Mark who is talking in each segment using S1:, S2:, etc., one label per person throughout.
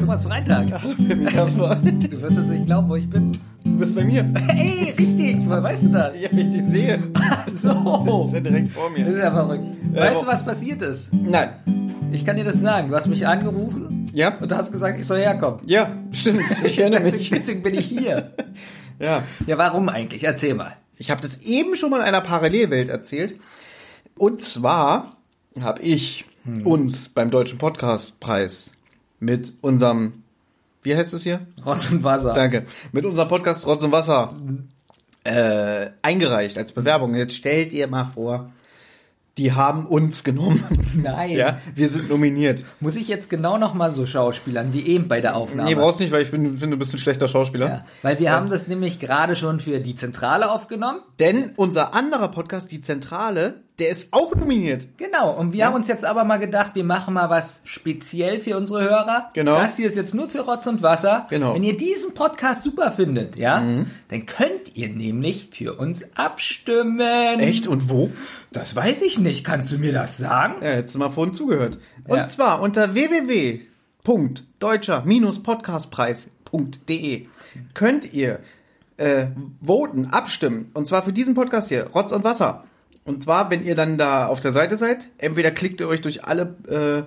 S1: Thomas Freitag.
S2: Hallo, Baby Kasper.
S1: Du wirst es nicht glauben, wo ich bin.
S2: Du bist bei mir.
S1: Ey, richtig. Woher weißt du das?
S2: Ja, wenn ich dich sehe.
S1: Ach so.
S2: Sitzt ja direkt vor
S1: Das ist
S2: mir.
S1: ja verrückt.
S2: Ja,
S1: Weißt
S2: wo-
S1: du, was passiert ist?
S2: Nein.
S1: Ich kann dir das sagen. Du hast mich angerufen
S2: Ja?
S1: und du hast gesagt, ich soll herkommen.
S2: Ja, stimmt. Ich erinnere
S1: Deswegen,
S2: mich.
S1: deswegen bin ich hier.
S2: Ja.
S1: Ja, warum eigentlich? Erzähl mal.
S2: Ich habe das eben schon mal in einer Parallelwelt erzählt. Und zwar habe ich uns beim Deutschen Podcastpreis mit unserem, wie heißt es hier?
S1: Rotz und Wasser.
S2: Danke. Mit unserem Podcast Rotz und Wasser äh, eingereicht als Bewerbung. Jetzt stellt ihr mal vor, die haben uns genommen.
S1: Nein.
S2: Ja, wir sind nominiert.
S1: Muss ich jetzt genau nochmal so schauspielern wie eben bei der Aufnahme?
S2: Nee, brauchst nicht, weil ich bin, finde, du bist ein schlechter Schauspieler.
S1: ja, weil wir haben das nämlich gerade schon für die Zentrale aufgenommen.
S2: Denn unser anderer Podcast, die Zentrale, der ist auch nominiert.
S1: Genau, und wir haben uns jetzt aber mal gedacht, wir machen mal was speziell für unsere Hörer.
S2: Genau.
S1: Das hier ist jetzt nur für Rotz und Wasser.
S2: Genau. Mhm.
S1: Wenn ihr diesen Podcast super findet, ja, dann könnt ihr nämlich für uns abstimmen.
S2: Echt? Und wo?
S1: Das weiß ich nicht. Kannst du mir das sagen?
S2: Ja, hättest du mal vorhin zugehört. Und
S1: Ja.
S2: zwar unter www.deutscher-podcastpreis.de könnt ihr äh, voten, abstimmen. Und zwar für diesen Podcast hier, Rotz und Wasser. Und zwar, wenn ihr dann da auf der Seite seid, entweder klickt ihr euch durch alle äh,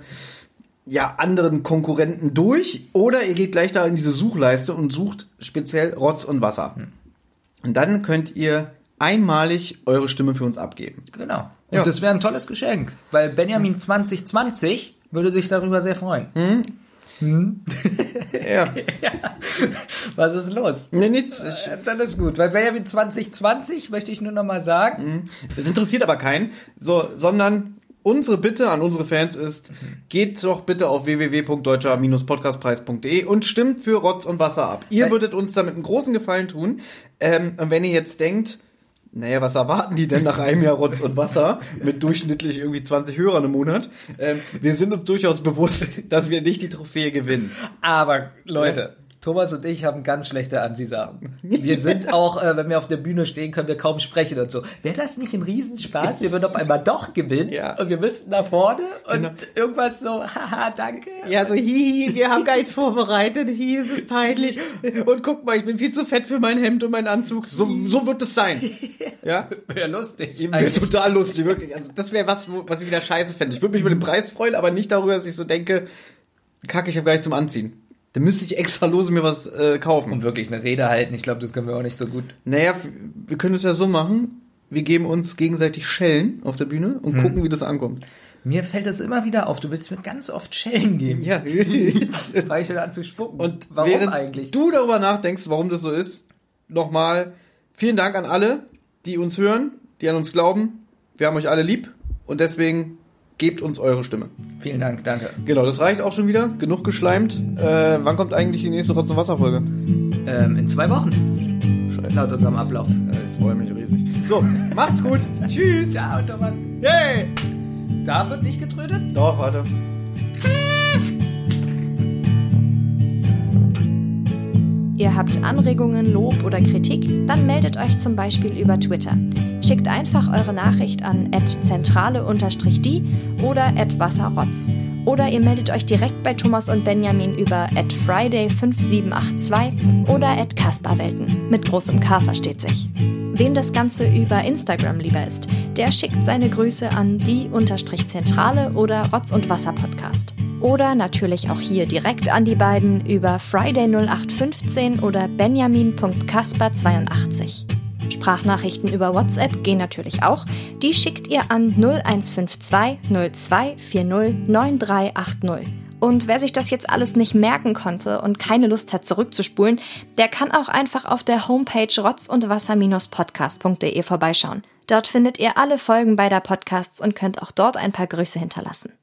S2: ja, anderen Konkurrenten durch oder ihr geht gleich da in diese Suchleiste und sucht speziell Rotz und Wasser.
S1: Hm.
S2: Und dann könnt ihr einmalig eure Stimme für uns abgeben.
S1: Genau. Und
S2: Ja.
S1: das wäre ein tolles Geschenk, weil Benjamin 2020 würde sich darüber sehr freuen.
S2: Mhm. Ja,
S1: Was ist los?
S2: nee, nichts. Ich,
S1: Äh, Dann ist gut, weil Benjamin 2020 möchte ich nur nochmal sagen.
S2: Das interessiert aber keinen, so, sondern unsere Bitte an unsere Fans ist, geht doch bitte auf www.deutscher-podcastpreis.de und stimmt für Rotz und Wasser ab. Ihr
S1: Weil-
S2: würdet uns damit einen großen Gefallen tun. Ähm, und wenn ihr jetzt denkt, naja, was erwarten die denn nach einem Jahr Rotz und Wasser mit durchschnittlich irgendwie 20 Hörern im Monat? Ähm, wir sind uns durchaus bewusst, dass wir nicht die Trophäe gewinnen.
S1: Aber Leute, Thomas und ich haben ganz schlechte Anziehsachen. Wir sind auch, äh, wenn wir auf der Bühne stehen, können wir kaum sprechen und so. Wäre das nicht ein Riesenspaß? Wir würden auf einmal doch gewinnen
S2: Ja. Genau.
S1: und wir müssten nach vorne und irgendwas so, haha, danke.
S2: Ja, so hihi, wir haben gar nichts vorbereitet, hi, es ist peinlich. Und guck mal, ich bin viel zu fett für mein Hemd und meinen Anzug. So, so wird es sein. Ja,
S1: Wäre lustig. Also,
S2: wäre total lustig, wirklich. Also das wäre was, wo- was ich wieder scheiße fände. Ich würde mich über den Preis freuen, aber nicht darüber, dass ich so denke, kacke, ich habe gar nichts zum Anziehen. Dann müsste ich extra lose mir was äh, kaufen.
S1: Und um wirklich eine Rede halten, ich glaube, das können wir auch nicht so gut.
S2: Naja, f- wir können es ja so machen, wir geben uns gegenseitig Schellen auf der Bühne und gucken, wie das ankommt.
S1: Mir fällt das immer wieder auf, du willst mir ganz oft Schellen geben.
S2: Ja.
S1: Weil ich wieder an zu spucken.
S2: Und
S1: warum
S2: während
S1: eigentlich?
S2: du darüber nachdenkst, warum das so ist, nochmal vielen Dank an alle, die uns hören, die an uns glauben. Wir haben euch alle lieb und deswegen gebt uns eure Stimme.
S1: Vielen Dank, danke.
S2: Genau, das reicht auch schon wieder. Genug geschleimt. Äh, wann kommt eigentlich die nächste Rotz- und Wasserfolge?
S1: Ähm, in zwei Wochen,
S2: Scheiße.
S1: laut unserem Ablauf.
S2: Ja, ich freue mich riesig. So, macht's gut. Tschüss.
S1: Ciao, Thomas.
S2: Yay.
S1: Da wird nicht getrödet?
S2: Doch, warte.
S3: Ihr habt Anregungen, Lob oder Kritik? Dann meldet euch zum Beispiel über Twitter. Schickt einfach eure Nachricht an zentrale-die oder wasserrotz. Oder ihr meldet euch direkt bei Thomas und Benjamin über friday5782 oder kasperwelten. Mit großem K versteht sich. Wem das Ganze über Instagram lieber ist, der schickt seine Grüße an die-zentrale oder Rotz und Wasser Podcast. Oder natürlich auch hier direkt an die beiden über Friday0815 oder benjamin.kasper82. Sprachnachrichten über WhatsApp gehen natürlich auch. Die schickt ihr an 0152 02 40 9380. Und wer sich das jetzt alles nicht merken konnte und keine Lust hat zurückzuspulen, der kann auch einfach auf der Homepage rotzundwasser-podcast.de vorbeischauen. Dort findet ihr alle Folgen beider Podcasts und könnt auch dort ein paar Grüße hinterlassen.